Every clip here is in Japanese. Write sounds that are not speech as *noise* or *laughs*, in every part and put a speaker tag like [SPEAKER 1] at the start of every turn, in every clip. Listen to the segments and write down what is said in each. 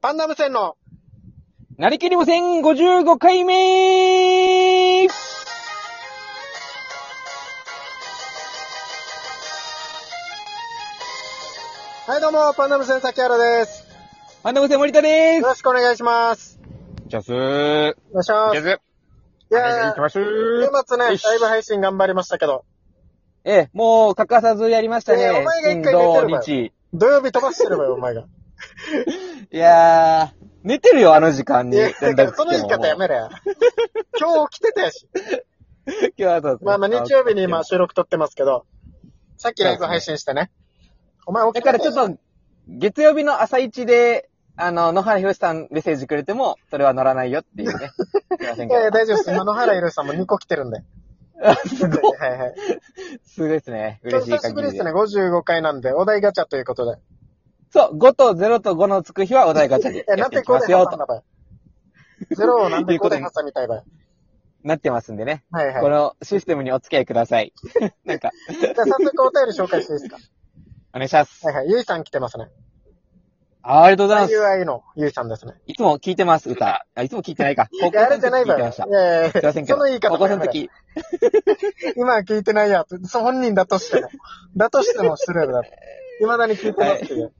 [SPEAKER 1] パンダム戦の、
[SPEAKER 2] なりきり無線55回目
[SPEAKER 1] はいどうも、パンダム戦崎原です。
[SPEAKER 2] パンダム線森田で
[SPEAKER 1] よ
[SPEAKER 2] す
[SPEAKER 1] ろしくお願いします。
[SPEAKER 2] じゃすー。
[SPEAKER 1] お願いしま
[SPEAKER 2] じ
[SPEAKER 1] す。
[SPEAKER 2] ゃす
[SPEAKER 1] いや
[SPEAKER 2] 行きま
[SPEAKER 1] ー、
[SPEAKER 2] しょ
[SPEAKER 1] 週
[SPEAKER 2] う
[SPEAKER 1] 末ね、
[SPEAKER 2] よし
[SPEAKER 1] ライブ配信頑張りましたけど、
[SPEAKER 2] ええ、もう欠かさずやりました
[SPEAKER 1] いや
[SPEAKER 2] ね
[SPEAKER 1] お前。が一
[SPEAKER 2] 金
[SPEAKER 1] 回寝てる
[SPEAKER 2] 土
[SPEAKER 1] から
[SPEAKER 2] 日。
[SPEAKER 1] 土曜日飛ばしてるわよ、お前が。
[SPEAKER 2] いやー、寝てるよ、あの時間
[SPEAKER 1] い
[SPEAKER 2] に。
[SPEAKER 1] や、だからその言い方やめ
[SPEAKER 2] ろ。
[SPEAKER 1] ろや。今日起きてたやし。
[SPEAKER 2] 今日はそう
[SPEAKER 1] まあまあ日曜日に今収録撮ってますけど、さっきライブ配信してね。お前起
[SPEAKER 2] だ
[SPEAKER 1] きて
[SPEAKER 2] か
[SPEAKER 1] た
[SPEAKER 2] ら
[SPEAKER 1] や
[SPEAKER 2] ちょ
[SPEAKER 1] し
[SPEAKER 2] っと、月曜日の朝一で、あの、野原ひろしさんメッセージくれても、それは乗らないよっていうね。すいませ
[SPEAKER 1] *laughs*
[SPEAKER 2] ん
[SPEAKER 1] いやいや、
[SPEAKER 2] が。
[SPEAKER 1] 大丈夫です。今野原宏さんも2個来てるんで。
[SPEAKER 2] あすごい。
[SPEAKER 1] はいはい。
[SPEAKER 2] すごいですね。嬉しい
[SPEAKER 1] 久し
[SPEAKER 2] 限
[SPEAKER 1] ぶ
[SPEAKER 2] り
[SPEAKER 1] りです
[SPEAKER 2] で
[SPEAKER 1] ね、。55回なんで、お題ガチャということで。
[SPEAKER 2] そう、5と0と5のつく日はお題ガチャで
[SPEAKER 1] え、
[SPEAKER 2] や
[SPEAKER 1] な
[SPEAKER 2] っ
[SPEAKER 1] ん
[SPEAKER 2] て
[SPEAKER 1] で
[SPEAKER 2] いきま
[SPEAKER 1] 5
[SPEAKER 2] す
[SPEAKER 1] で挟
[SPEAKER 2] よ、
[SPEAKER 1] んだ
[SPEAKER 2] と
[SPEAKER 1] 場合。ゼロをなんで5で挟みたい場合。
[SPEAKER 2] なってますんでね。
[SPEAKER 1] はいはい
[SPEAKER 2] こ。のシステムにお付き合いくださ
[SPEAKER 1] *laughs*
[SPEAKER 2] い。なんか、
[SPEAKER 1] じゃあ早速お便り紹介していい *laughs* ですか。
[SPEAKER 2] お願いします。
[SPEAKER 1] はいはい。ゆいさん来てますね。
[SPEAKER 2] あありがとうございます。
[SPEAKER 1] UI のゆいさんですね。
[SPEAKER 2] いつも聞いてます、歌。あいつも聞いてないか。高
[SPEAKER 1] *laughs* いや、あれじゃない
[SPEAKER 2] 聞い
[SPEAKER 1] わ
[SPEAKER 2] て
[SPEAKER 1] よ。
[SPEAKER 2] ました。
[SPEAKER 1] い
[SPEAKER 2] す
[SPEAKER 1] やいやい
[SPEAKER 2] いません
[SPEAKER 1] や
[SPEAKER 2] けど。
[SPEAKER 1] その言い方
[SPEAKER 2] 高校生
[SPEAKER 1] や
[SPEAKER 2] の
[SPEAKER 1] めろ
[SPEAKER 2] 時。
[SPEAKER 1] 今は聞いてないや。そう本人だとしても。だとしても失礼だ。未だに聞いてますっていう。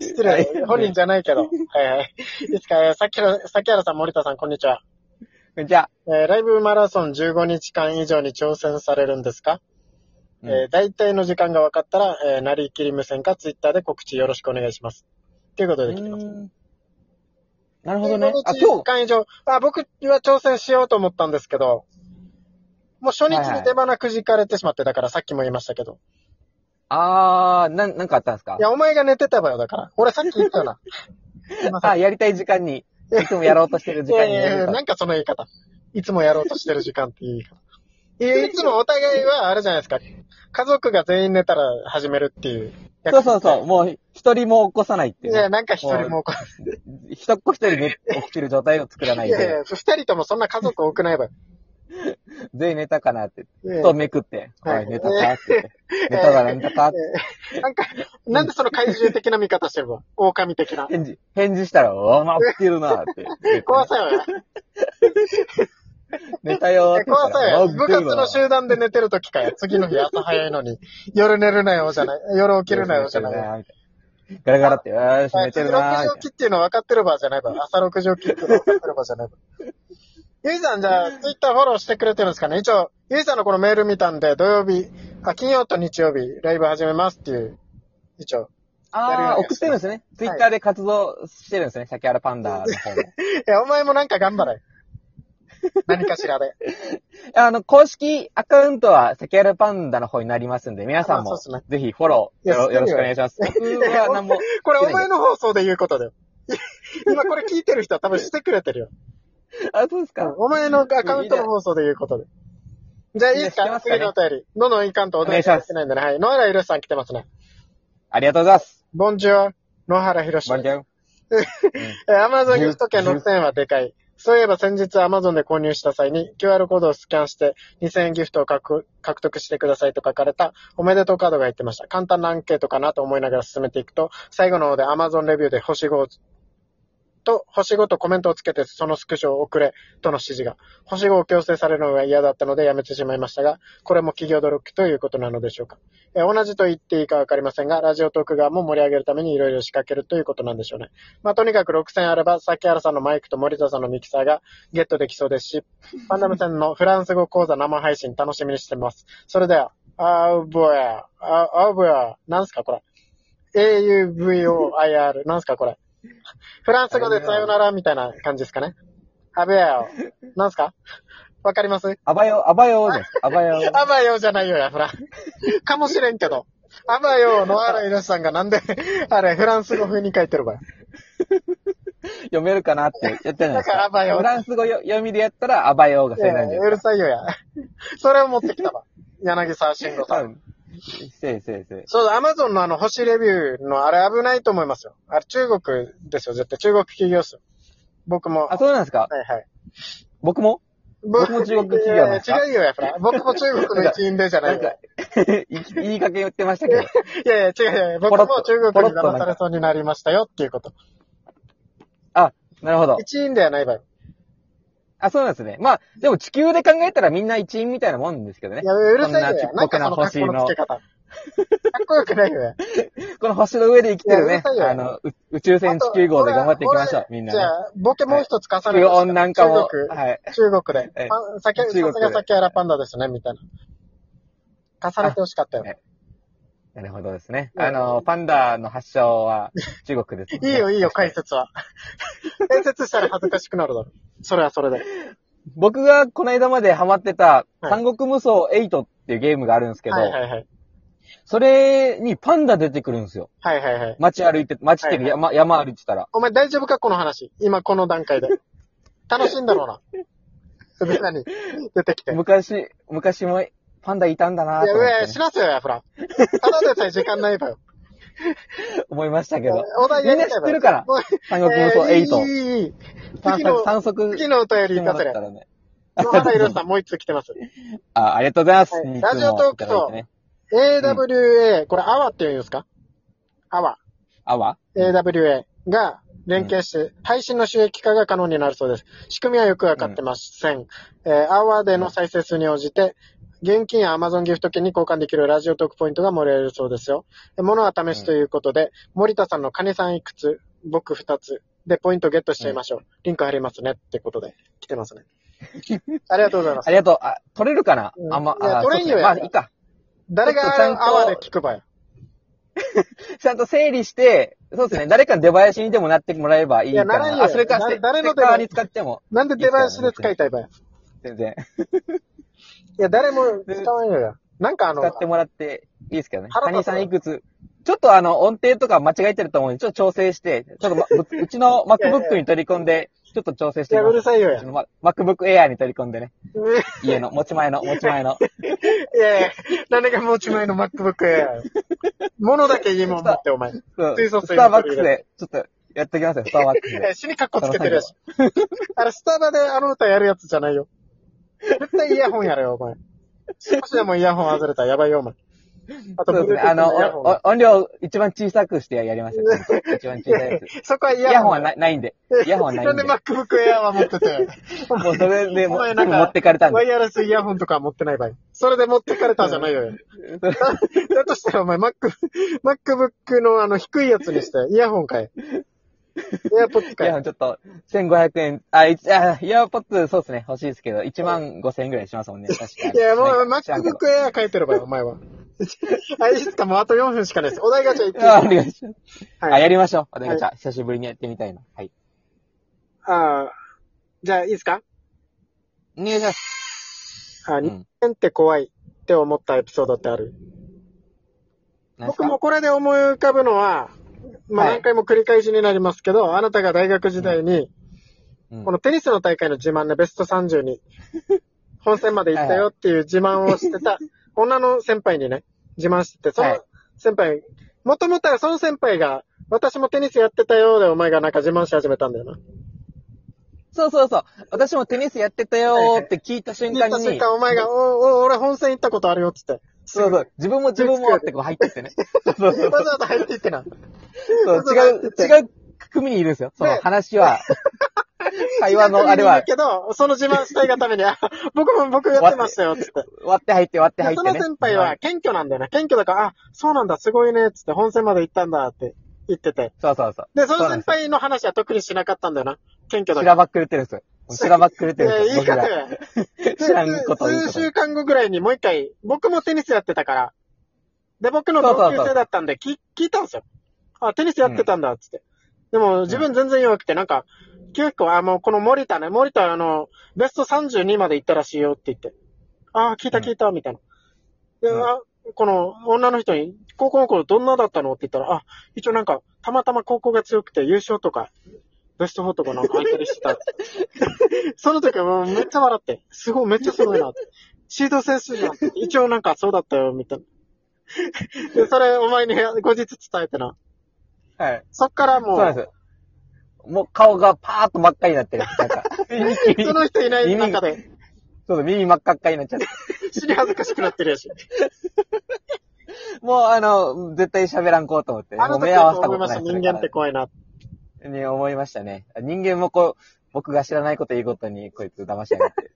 [SPEAKER 1] 失礼、
[SPEAKER 2] はい
[SPEAKER 1] 本人じゃないけど。はいはい。いつか、さきら、崎原さん、森田さん、こんにちは。
[SPEAKER 2] じゃあ、
[SPEAKER 1] えーライブマラソン15日間以上に挑戦されるんですか、
[SPEAKER 2] うん
[SPEAKER 1] えー大体の時間が分かったら、えーなりきり無線かツイッターで告知よろしくお願いします。ということで来てます。
[SPEAKER 2] うんなるほどね。あ、
[SPEAKER 1] 15
[SPEAKER 2] 今
[SPEAKER 1] 日間以上。あ、僕は挑戦しようと思ったんですけど、もう初日に出花くじかれてしまって、だからさっきも言いましたけど。
[SPEAKER 2] あー、なん、なんかあったんですか
[SPEAKER 1] いや、お前が寝てたわよ、だから。俺さっき言ったよ
[SPEAKER 2] *laughs*
[SPEAKER 1] な。すいません
[SPEAKER 2] あ、やりたい時間に、いつもやろうとしてる時間に
[SPEAKER 1] いやいやいやなんかその言い方。いつもやろうとしてる時間っていう言
[SPEAKER 2] *laughs*
[SPEAKER 1] い方。いやいつもお互いはあれじゃないですか。家族が全員寝たら始めるっていう。
[SPEAKER 2] そうそうそう。もう、一人も起こさないってい
[SPEAKER 1] いうや、
[SPEAKER 2] ね。
[SPEAKER 1] なんか一人もこ
[SPEAKER 2] 一っ子一人寝起きてる状態を作らな
[SPEAKER 1] う。い
[SPEAKER 2] いで。
[SPEAKER 1] やいや、二人ともそんな家族多くないわよ。
[SPEAKER 2] 全員寝たかなって。
[SPEAKER 1] いやい
[SPEAKER 2] ふ
[SPEAKER 1] や
[SPEAKER 2] とめくって。
[SPEAKER 1] はい
[SPEAKER 2] はい、寝たかって言って。寝たかな寝たかって。
[SPEAKER 1] なんか、なんでその怪獣的な見方してるの狼的な。
[SPEAKER 2] 返事、返事したら、おー、起きてるなっ
[SPEAKER 1] *laughs*
[SPEAKER 2] て。
[SPEAKER 1] 怖さよ。
[SPEAKER 2] 寝たよーって言っ
[SPEAKER 1] 怖
[SPEAKER 2] た
[SPEAKER 1] さ
[SPEAKER 2] ら。
[SPEAKER 1] よ。
[SPEAKER 2] 起
[SPEAKER 1] 部
[SPEAKER 2] きて
[SPEAKER 1] 活
[SPEAKER 2] るわ
[SPEAKER 1] の集団で寝てる時かよ。次の日朝早いのに。夜寝るなよ、じゃない。夜起きるなよ、じゃない。
[SPEAKER 2] い。ガラガラって、よーし、
[SPEAKER 1] はい
[SPEAKER 2] 寝てるなー
[SPEAKER 1] 6
[SPEAKER 2] っ
[SPEAKER 1] 時
[SPEAKER 2] て。
[SPEAKER 1] 起きっていうのは分かってる場合じゃない場合。朝6時起きっていうのは分かってる場合じゃない場合。ゆいさん、じゃあ、ツイッターフォローしてくれてるんですかね一応、ゆいさんのこのメール見たんで、土曜日、あ、金曜と日曜日、ライブ始めますっていう、一応。
[SPEAKER 2] あー、送ってるんですね。ツイッターで活動してるんですね。先原パンダの方も。
[SPEAKER 1] いや、お前もなんか頑張れ。何かしらで。
[SPEAKER 2] あの、公式アカウントは先原パンダの方になりますんで、皆さん
[SPEAKER 1] ま
[SPEAKER 2] も
[SPEAKER 1] あそうっす
[SPEAKER 2] ぜひフォロー
[SPEAKER 1] いや
[SPEAKER 2] よろよろしくお願い
[SPEAKER 1] *laughs*
[SPEAKER 2] します。僕は何も。
[SPEAKER 1] これお前の放送で言うことだよ。今これ聞いてる人は多分してくれてるよ。
[SPEAKER 2] あ、そうですか。
[SPEAKER 1] お前のアカウントの放送で言うことで。じゃあいいです
[SPEAKER 2] いい
[SPEAKER 1] か
[SPEAKER 2] ですか
[SPEAKER 1] 次のお便り。どんどんいかんとお便りしないんでね。はい。野原ゆるさん来てますね。
[SPEAKER 2] ありがとうございます。
[SPEAKER 1] ボンジュア、野原ひろし。
[SPEAKER 2] バンジャン。
[SPEAKER 1] えー、アマゾンギフト券6000円はでかい。そういえば先日アマゾンで購入した際に QR コードをスキャンして2000円ギフトを獲獲得してくださいと書かれたおめでとうカードが言ってました。簡単なアンケートかなと思いながら進めていくと、最後の方でアマゾンレビューで星5をと、星5とコメントをつけてそのスクショを送れとの指示が。星5を強制されるのが嫌だったのでやめてしまいましたが、これも企業努力ということなのでしょうか。えー同じと言っていいかわかりませんが、ラジオトーク側も盛り上げるためにいろいろ仕掛けるということなんでしょうね。まあ、とにかく6000あれば、崎原さんのマイクと森田さんのミキサーがゲットできそうですし、パンダムさんのフランス語講座生配信楽しみにしてます。それでは、あーぼや、ああーぼや、なんすかこれ。AUVOIR、なんすかこれ。フランス語でさよならみたいな感じですかね。あべやよ。なんすかわかります
[SPEAKER 2] あばよ、あばよじゃないですか。あばよ。
[SPEAKER 1] *laughs* あばよじゃないよや、ほら。 *laughs* かもしれんけど。あばよの荒井宏さんがなんで、 *laughs* あれ、フランス語風に書いてるばよ。
[SPEAKER 2] 読めるかなってやってないです
[SPEAKER 1] だから
[SPEAKER 2] か。
[SPEAKER 1] アバヨ
[SPEAKER 2] フランス語よ読みでやったら、アバヨーが
[SPEAKER 1] い
[SPEAKER 2] それな
[SPEAKER 1] や
[SPEAKER 2] ん
[SPEAKER 1] い
[SPEAKER 2] じ
[SPEAKER 1] や
[SPEAKER 2] ゃ
[SPEAKER 1] う
[SPEAKER 2] ない
[SPEAKER 1] る
[SPEAKER 2] です
[SPEAKER 1] さいよや。 *laughs* それを持ってきたわ。柳沢慎吾
[SPEAKER 2] か。
[SPEAKER 1] さ。
[SPEAKER 2] うんん。せいせいせい。
[SPEAKER 1] そう、アマゾンのあの、星レビューのあれ危ないと思いますよ。あれ中国ですよ、絶対。中国企業っすよ。僕も。
[SPEAKER 2] あ、そうなんですか
[SPEAKER 1] はいはい。
[SPEAKER 2] 僕も僕も中国企業なんですか
[SPEAKER 1] いやいや違うよ、やっぱ。僕も中国の一員でじゃな
[SPEAKER 2] ないん
[SPEAKER 1] よ。
[SPEAKER 2] *laughs* か、言いかけ言ってましたけど。
[SPEAKER 1] いやいや、違うよ。僕
[SPEAKER 2] ポロッ
[SPEAKER 1] も
[SPEAKER 2] と
[SPEAKER 1] 中国に騙されそうになりましたよっていうこと。
[SPEAKER 2] なるほど。
[SPEAKER 1] 一員ではない場合。
[SPEAKER 2] あ、そうなんですね。まあ、でも地球で考えたらみんな一員みたいなもんですけどね
[SPEAKER 1] い。や、うるさいよ。
[SPEAKER 2] そ
[SPEAKER 1] なん
[SPEAKER 2] んなちっぽけ
[SPEAKER 1] か
[SPEAKER 2] な
[SPEAKER 1] その格好のつけ方。か *laughs* っこよくないよね。
[SPEAKER 2] *laughs* この星の上で生きてる
[SPEAKER 1] いやうる
[SPEAKER 2] ね
[SPEAKER 1] さい、よ
[SPEAKER 2] あの、う宇宙船地球号で頑張っていきましょう、みん
[SPEAKER 1] じゃ
[SPEAKER 2] なね。
[SPEAKER 1] あ、ボケもう一つ重
[SPEAKER 2] 地
[SPEAKER 1] ねて
[SPEAKER 2] 球温暖化も。
[SPEAKER 1] 中
[SPEAKER 2] はい。
[SPEAKER 1] 国、中国
[SPEAKER 2] え
[SPEAKER 1] で。
[SPEAKER 2] え
[SPEAKER 1] あさ
[SPEAKER 2] 中
[SPEAKER 1] き、さ
[SPEAKER 2] 国です
[SPEAKER 1] がさきあらパンダですね、みたいな。重ねてほしかったよ
[SPEAKER 2] あ。なるほどですね。
[SPEAKER 1] うん
[SPEAKER 2] あの、パンダの発祥は中国です、
[SPEAKER 1] *laughs* いいよ、いいよ、解
[SPEAKER 2] 確かに
[SPEAKER 1] 説は。解説したら恥ずかしくなるだろ。それはそれで。
[SPEAKER 2] *laughs* 僕がこの間までハマってた、
[SPEAKER 1] はい
[SPEAKER 2] 三国無双8っていうゲームがあるんですけど、
[SPEAKER 1] はいはいはい。
[SPEAKER 2] それにパンダ出てくるんですよ。
[SPEAKER 1] はいはいはい。
[SPEAKER 2] 街歩いて、街っていうか
[SPEAKER 1] はい
[SPEAKER 2] 山、山歩いてたら。
[SPEAKER 1] お前大丈夫かこの話。今この段階で。楽しいんだろう
[SPEAKER 2] *laughs*
[SPEAKER 1] な。それ何出てきて。い
[SPEAKER 2] 昔、昔もパンダいたんだな
[SPEAKER 1] や、
[SPEAKER 2] と思っ
[SPEAKER 1] 上、
[SPEAKER 2] て
[SPEAKER 1] 知
[SPEAKER 2] ね、
[SPEAKER 1] らせよ、やフラ。ただでさえ時間ないわよ。
[SPEAKER 2] 思いましたけど。
[SPEAKER 1] お題やりたいわよ
[SPEAKER 2] みんな知ってるから
[SPEAKER 1] もう
[SPEAKER 2] 三国無双
[SPEAKER 1] えー
[SPEAKER 2] 8。
[SPEAKER 1] いいいいいい
[SPEAKER 2] 探
[SPEAKER 1] 次の
[SPEAKER 2] 索、探索。
[SPEAKER 1] 次のお便り行かせ
[SPEAKER 2] だ
[SPEAKER 1] れ
[SPEAKER 2] っ。たらね。
[SPEAKER 1] 野原ろさんもう一通来てます。
[SPEAKER 2] あ、ありがとうございます。
[SPEAKER 1] はい
[SPEAKER 2] いつも
[SPEAKER 1] ラジオトークと
[SPEAKER 2] いただいてね。
[SPEAKER 1] AWA、これ、アワって言うんですかアワ。
[SPEAKER 2] あわ
[SPEAKER 1] AWA が連携して、配信の収益化が可能になるそうです。仕組みはよくわかってません。えー、アワーでの再生数に応じて、現金や Amazon ギフト券に交換できるラジオトークポイントがもらえるそうですよ。え物は試しということで、森田さんの金さんいくつ、僕2つでポイントゲットしちゃいましょう。リンク貼りますねってことで来て *laughs* ますね。ありがとうございま
[SPEAKER 2] あ
[SPEAKER 1] す。
[SPEAKER 2] りがとう。あ、取れるかな、
[SPEAKER 1] うん
[SPEAKER 2] あんま、
[SPEAKER 1] いや
[SPEAKER 2] あ、
[SPEAKER 1] 取れんよ
[SPEAKER 2] そうですねまあ、いいか。
[SPEAKER 1] 誰
[SPEAKER 2] ちょっとちゃん
[SPEAKER 1] が
[SPEAKER 2] と
[SPEAKER 1] アワーで聞くばよ。
[SPEAKER 2] ちゃんと整理して、そうですね。誰かの出囃子にでもなってもらえばいい
[SPEAKER 1] い
[SPEAKER 2] か
[SPEAKER 1] やならん
[SPEAKER 2] ら。
[SPEAKER 1] よ
[SPEAKER 2] あ、それか、
[SPEAKER 1] だ
[SPEAKER 2] ステ
[SPEAKER 1] 誰の
[SPEAKER 2] ステッカーに使っても、
[SPEAKER 1] なんで出囃子で使いたいばよ。
[SPEAKER 2] 全然、
[SPEAKER 1] いや、誰も使わんよや。なんかあの
[SPEAKER 2] 使、ってもらっていいですけどね。
[SPEAKER 1] 腹
[SPEAKER 2] カ
[SPEAKER 1] 立
[SPEAKER 2] ニ
[SPEAKER 1] つわ
[SPEAKER 2] さんいくつちょっとあの、音程とか間違えてると思うんで、ちょっと調整して、ちょ
[SPEAKER 1] *laughs*
[SPEAKER 2] っと、ま、ううちの
[SPEAKER 1] いやいや
[SPEAKER 2] MacBook に取り込んで、ちょっと調整し
[SPEAKER 1] い
[SPEAKER 2] てみ
[SPEAKER 1] や、
[SPEAKER 2] ま
[SPEAKER 1] う
[SPEAKER 2] す
[SPEAKER 1] るさいよ
[SPEAKER 2] う *laughs*
[SPEAKER 1] や
[SPEAKER 2] ち。のま MacBook Air に取り込んでね。
[SPEAKER 1] うん
[SPEAKER 2] 家の、持ち前
[SPEAKER 1] *laughs*
[SPEAKER 2] の、持ち前の。
[SPEAKER 1] いやいや、何が持ち前の MacBook や。物だけいいもん持って、お前。い
[SPEAKER 2] そう
[SPEAKER 1] 水素
[SPEAKER 2] ス
[SPEAKER 1] 水
[SPEAKER 2] ターバック
[SPEAKER 1] 水
[SPEAKER 2] スで、ちょっと、やってきますよ、スターバック
[SPEAKER 1] *laughs*
[SPEAKER 2] スで。
[SPEAKER 1] や死にカッコつけてるや
[SPEAKER 2] *laughs*
[SPEAKER 1] し。あれ、スタバであの歌やるやつじゃないよ。絶対イヤホンやれよ、お前。少しでもイヤホン外れたらやばいよ、お前。あと、
[SPEAKER 2] そうです
[SPEAKER 1] Bluetooth
[SPEAKER 2] ね。あの、
[SPEAKER 1] イヤホン
[SPEAKER 2] おお音量一番小さくしてやりました。
[SPEAKER 1] *laughs*
[SPEAKER 2] 一番小さいやつ。イ
[SPEAKER 1] そこはイヤ
[SPEAKER 2] ヤホ
[SPEAKER 1] ホ
[SPEAKER 2] ン
[SPEAKER 1] ン
[SPEAKER 2] は
[SPEAKER 1] だ
[SPEAKER 2] なないんで。イヤホンはな
[SPEAKER 1] ない
[SPEAKER 2] んで。
[SPEAKER 1] んで MacBook Air は持って
[SPEAKER 2] *laughs*
[SPEAKER 1] て、
[SPEAKER 2] もうそれでも
[SPEAKER 1] お
[SPEAKER 2] う
[SPEAKER 1] 前
[SPEAKER 2] す
[SPEAKER 1] なん
[SPEAKER 2] ぐ
[SPEAKER 1] か
[SPEAKER 2] 持ってかれたん
[SPEAKER 1] ワ
[SPEAKER 2] で。
[SPEAKER 1] イヤレスイヤホンとかは持ってない場合。それで持ってかれたんじゃないよ。 *laughs* だとしたらお前、Mac、MacBook のあの低いやつにして、イヤホンかえ。エアポッ d
[SPEAKER 2] イ
[SPEAKER 1] か
[SPEAKER 2] ヤ
[SPEAKER 1] え
[SPEAKER 2] ホ。ンちょっと、1500円。あ、いあイヤーポッツそうですね。欲しいですけど、1万5000円ぐらいしますもんね。確か
[SPEAKER 1] い
[SPEAKER 2] に。
[SPEAKER 1] や、もう、
[SPEAKER 2] なんか知らんけ
[SPEAKER 1] MacBook Air 書いてればよ、お前は。 *laughs* あ、いいっすかもうあと4分しかないです。お題ガチャいっていい
[SPEAKER 2] どあ、お願いします。あ、
[SPEAKER 1] はい。
[SPEAKER 2] やりましょう。お願いします。久しぶりにやってみたいな。はい。
[SPEAKER 1] あーじゃあ、いいですか
[SPEAKER 2] お願いします。
[SPEAKER 1] あ、
[SPEAKER 2] ん
[SPEAKER 1] 人間って怖いって思ったエピソードってある。
[SPEAKER 2] 何で
[SPEAKER 1] 僕
[SPEAKER 2] すか
[SPEAKER 1] もこれで思い浮かぶのは、まあ
[SPEAKER 2] はい
[SPEAKER 1] 何回も繰り返しになりますけど、あなたが大学時代に、
[SPEAKER 2] うん
[SPEAKER 1] このテニスの大会の自慢でベスト30に、
[SPEAKER 2] *laughs*
[SPEAKER 1] 本戦まで行ったよっていう自慢をしてた、女の先輩にね、自慢してて、そ
[SPEAKER 2] はい
[SPEAKER 1] の先輩、もともとはその先輩が、私もテニスやってたよでお前がなんか自慢し始めたんだよな。
[SPEAKER 2] そうそうそう。私もテニスやってたよーって聞いた瞬
[SPEAKER 1] 言
[SPEAKER 2] 間
[SPEAKER 1] った
[SPEAKER 2] に
[SPEAKER 1] 瞬、間お前が、お、お、俺本戦行ったことあるよっつって。
[SPEAKER 2] そうそう。自分も自分もってこう入っ
[SPEAKER 1] *laughs*
[SPEAKER 2] てってね。そうそうそう。
[SPEAKER 1] わざわざ入っていってな。
[SPEAKER 2] そう
[SPEAKER 1] そう
[SPEAKER 2] 違う、
[SPEAKER 1] そう
[SPEAKER 2] 違う組にいるんですよ。その
[SPEAKER 1] *laughs*
[SPEAKER 2] 話は。会話のあれは
[SPEAKER 1] だ、けど、その自慢したいがために、あ僕も僕やってましたよっつって。
[SPEAKER 2] 割って入って割って入
[SPEAKER 1] で
[SPEAKER 2] っ
[SPEAKER 1] そ
[SPEAKER 2] て
[SPEAKER 1] の
[SPEAKER 2] ね。
[SPEAKER 1] 先輩は。謙虚なんだよね。謙虚だから、あ、そうなんだ、すごいねっつって本戦まで行ったんだって言ってて。
[SPEAKER 2] そうそうそう。
[SPEAKER 1] で、そ
[SPEAKER 2] そ
[SPEAKER 1] の
[SPEAKER 2] うな
[SPEAKER 1] 先
[SPEAKER 2] んです
[SPEAKER 1] 輩の話は特にしなかったんだよな。謙虚だ
[SPEAKER 2] し
[SPEAKER 1] から
[SPEAKER 2] ばっくれてるんですよ。しらばっくれてるん
[SPEAKER 1] ら。
[SPEAKER 2] で
[SPEAKER 1] い
[SPEAKER 2] す
[SPEAKER 1] や、
[SPEAKER 2] よ。
[SPEAKER 1] 言い
[SPEAKER 2] 僕
[SPEAKER 1] 方
[SPEAKER 2] が
[SPEAKER 1] が。
[SPEAKER 2] 知らんこと言う
[SPEAKER 1] 数
[SPEAKER 2] こ
[SPEAKER 1] 週
[SPEAKER 2] と。
[SPEAKER 1] 間後ぐらいにもう一回、僕もテニスやってたから、で、僕の同級生だったんで、き聞いたんですよ。あ、テニスやってたんだ、つって。でも、自分全然弱くて、なんか、結構、あ、もうこの森田ね、森田あの、ベスト32まで行ったらしいよって言って。あ、聞いた
[SPEAKER 2] うん
[SPEAKER 1] 聞いた、みたいな。で、
[SPEAKER 2] うん
[SPEAKER 1] あこの女の人に、高校の頃どんなだったのって言ったら、あ、一応なんか、たまたま高校が強くて優勝とか、ベスト4とかなんか入ったりしてた
[SPEAKER 2] *laughs*
[SPEAKER 1] って。その時はもうめっちゃ笑って、すごい、めっちゃすごいなって。シード選手じゃんって。一応なんかそうだったよ、みたいな。で、それお前に後日伝えてな。
[SPEAKER 2] はい。
[SPEAKER 1] そっからも、
[SPEAKER 2] そううなんですよ。もう顔がパーッと真っ赤になってる。なんか。
[SPEAKER 1] *laughs*
[SPEAKER 2] 耳
[SPEAKER 1] その人いない中で、
[SPEAKER 2] そうそう、耳真っ赤っかになっちゃって。
[SPEAKER 1] 死に恥ずかしくなってるやし。
[SPEAKER 2] もうあの、絶対喋らんこうと思って。
[SPEAKER 1] あ
[SPEAKER 2] も
[SPEAKER 1] の
[SPEAKER 2] う
[SPEAKER 1] 時
[SPEAKER 2] 目合
[SPEAKER 1] は
[SPEAKER 2] わせ
[SPEAKER 1] そう
[SPEAKER 2] た
[SPEAKER 1] 思
[SPEAKER 2] こ
[SPEAKER 1] いま
[SPEAKER 2] と
[SPEAKER 1] し
[SPEAKER 2] な
[SPEAKER 1] た。
[SPEAKER 2] い。
[SPEAKER 1] 人間って怖いな。
[SPEAKER 2] に思いましたね。人間もこう、僕が知らないこと言うことに、こいつ騙しやがって。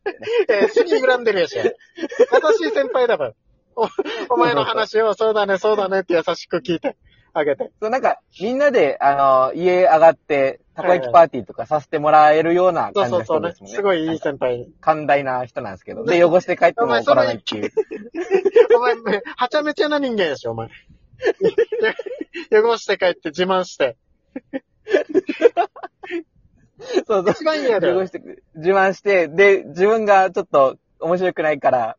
[SPEAKER 1] えー、責任恨んでるやし。優しい先輩だもん。お、お前の話を、そうだね、そうだねって優しく聞いてあげて。
[SPEAKER 2] そう、なんか、みんなで、あの、家上がって、たこ焼きパーティーとかさせてもらえるような
[SPEAKER 1] そう
[SPEAKER 2] 感じ
[SPEAKER 1] そ
[SPEAKER 2] の
[SPEAKER 1] うそう
[SPEAKER 2] 人
[SPEAKER 1] ね
[SPEAKER 2] で。すもんね。
[SPEAKER 1] すごいいい
[SPEAKER 2] なんか
[SPEAKER 1] 先輩。
[SPEAKER 2] 寛大な人なんですけど。で、汚して帰っても怒らないっていう。
[SPEAKER 1] お前、ねはちゃめちゃな人間やし、お前。 *laughs* 汚して帰って自慢して。
[SPEAKER 2] *laughs* そうそう。
[SPEAKER 1] 一番嫌だよ
[SPEAKER 2] 自慢して、自慢して、で、自分がちょっと面白くないから、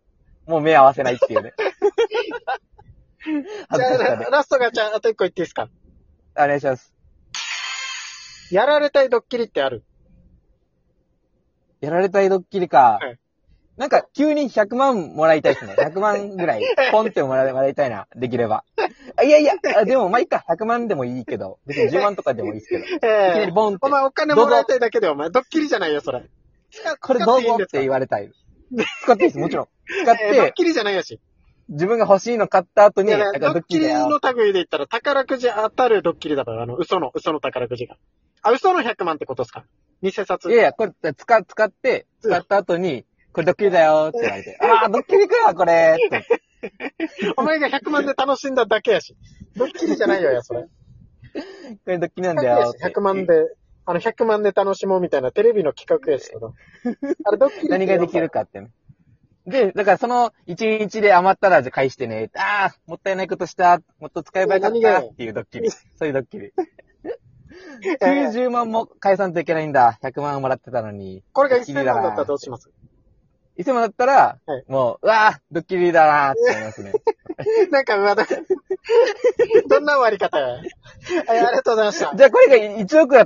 [SPEAKER 2] もう目合わせないってい
[SPEAKER 1] *laughs*
[SPEAKER 2] うね。
[SPEAKER 1] じ
[SPEAKER 2] 恥ず
[SPEAKER 1] ゃ
[SPEAKER 2] かしさ
[SPEAKER 1] あ、
[SPEAKER 2] で。
[SPEAKER 1] ラストが、じゃあ、あと一個言っていいですか
[SPEAKER 2] お願いします。
[SPEAKER 1] やられたいドッキリってある
[SPEAKER 2] やられたいドッキリか。
[SPEAKER 1] はい
[SPEAKER 2] なんか、急に100万もらいたいですね。100万ぐら
[SPEAKER 1] *laughs*
[SPEAKER 2] い、ポンってもらもらいたいな、できれば。あいやいや、あでも、まあ、いっか、100万でもいいけど、別に10万とかでもいいですけ
[SPEAKER 1] *laughs*
[SPEAKER 2] ど、い
[SPEAKER 1] え
[SPEAKER 2] きな
[SPEAKER 1] え
[SPEAKER 2] りボンって
[SPEAKER 1] お、前お金もらいたいだけで、お前。ドッキリじゃないよ、それ。使
[SPEAKER 2] これ
[SPEAKER 1] 使
[SPEAKER 2] ど
[SPEAKER 1] っ
[SPEAKER 2] う
[SPEAKER 1] ていい
[SPEAKER 2] ぞ
[SPEAKER 1] ん
[SPEAKER 2] っ
[SPEAKER 1] です
[SPEAKER 2] て
[SPEAKER 1] か
[SPEAKER 2] 言われたい。使っていいです、もちろん。使っ
[SPEAKER 1] えードッ
[SPEAKER 2] て、
[SPEAKER 1] キリじゃないやし。
[SPEAKER 2] 自分が欲しいの買った後
[SPEAKER 1] い
[SPEAKER 2] に、
[SPEAKER 1] や
[SPEAKER 2] なん
[SPEAKER 1] ねド
[SPEAKER 2] かド
[SPEAKER 1] ッ
[SPEAKER 2] ッ
[SPEAKER 1] キ
[SPEAKER 2] キリ
[SPEAKER 1] リ
[SPEAKER 2] だよ
[SPEAKER 1] の類で言ったら、宝くじ当たるドッキリだから、あの、嘘の、嘘の宝くじが。あ、嘘の100万ってことですか偽札。
[SPEAKER 2] いやいや、これ、使、使って、
[SPEAKER 1] うん
[SPEAKER 2] 使った後に、これドッキリだよって言われて、ああ、ドッキリか、これって。
[SPEAKER 1] お前が100万で楽しんだだけやし。ドッキリじゃないよや、それ。
[SPEAKER 2] これドッキリなんだよって。
[SPEAKER 1] 100万で、あの、100万で楽しもうみたいなテレビの企画やし、その。あれ、ドッキリ
[SPEAKER 2] 何ができる
[SPEAKER 1] か。
[SPEAKER 2] かってね。で、だからその1日で余ったらじゃあ返してね。ああ、もったいないことした。もっと使えばよかっ
[SPEAKER 1] 何が
[SPEAKER 2] た。
[SPEAKER 1] よ
[SPEAKER 2] っていうドッキリ。そういうドッ
[SPEAKER 1] *laughs*
[SPEAKER 2] キリ。
[SPEAKER 1] えー
[SPEAKER 2] 90万も返さんといけないんだ。100万もらってたのに。
[SPEAKER 1] これが
[SPEAKER 2] ドッキリ
[SPEAKER 1] 1000万だったらどうします
[SPEAKER 2] 1000万だったら
[SPEAKER 1] はい、
[SPEAKER 2] もう、うわあ、ドッキリだなーって思
[SPEAKER 1] *laughs*
[SPEAKER 2] いますね。
[SPEAKER 1] なんか、うわ、なんかどんな終わり方や。はいありがとうございました。
[SPEAKER 2] じゃあこれが1億だったら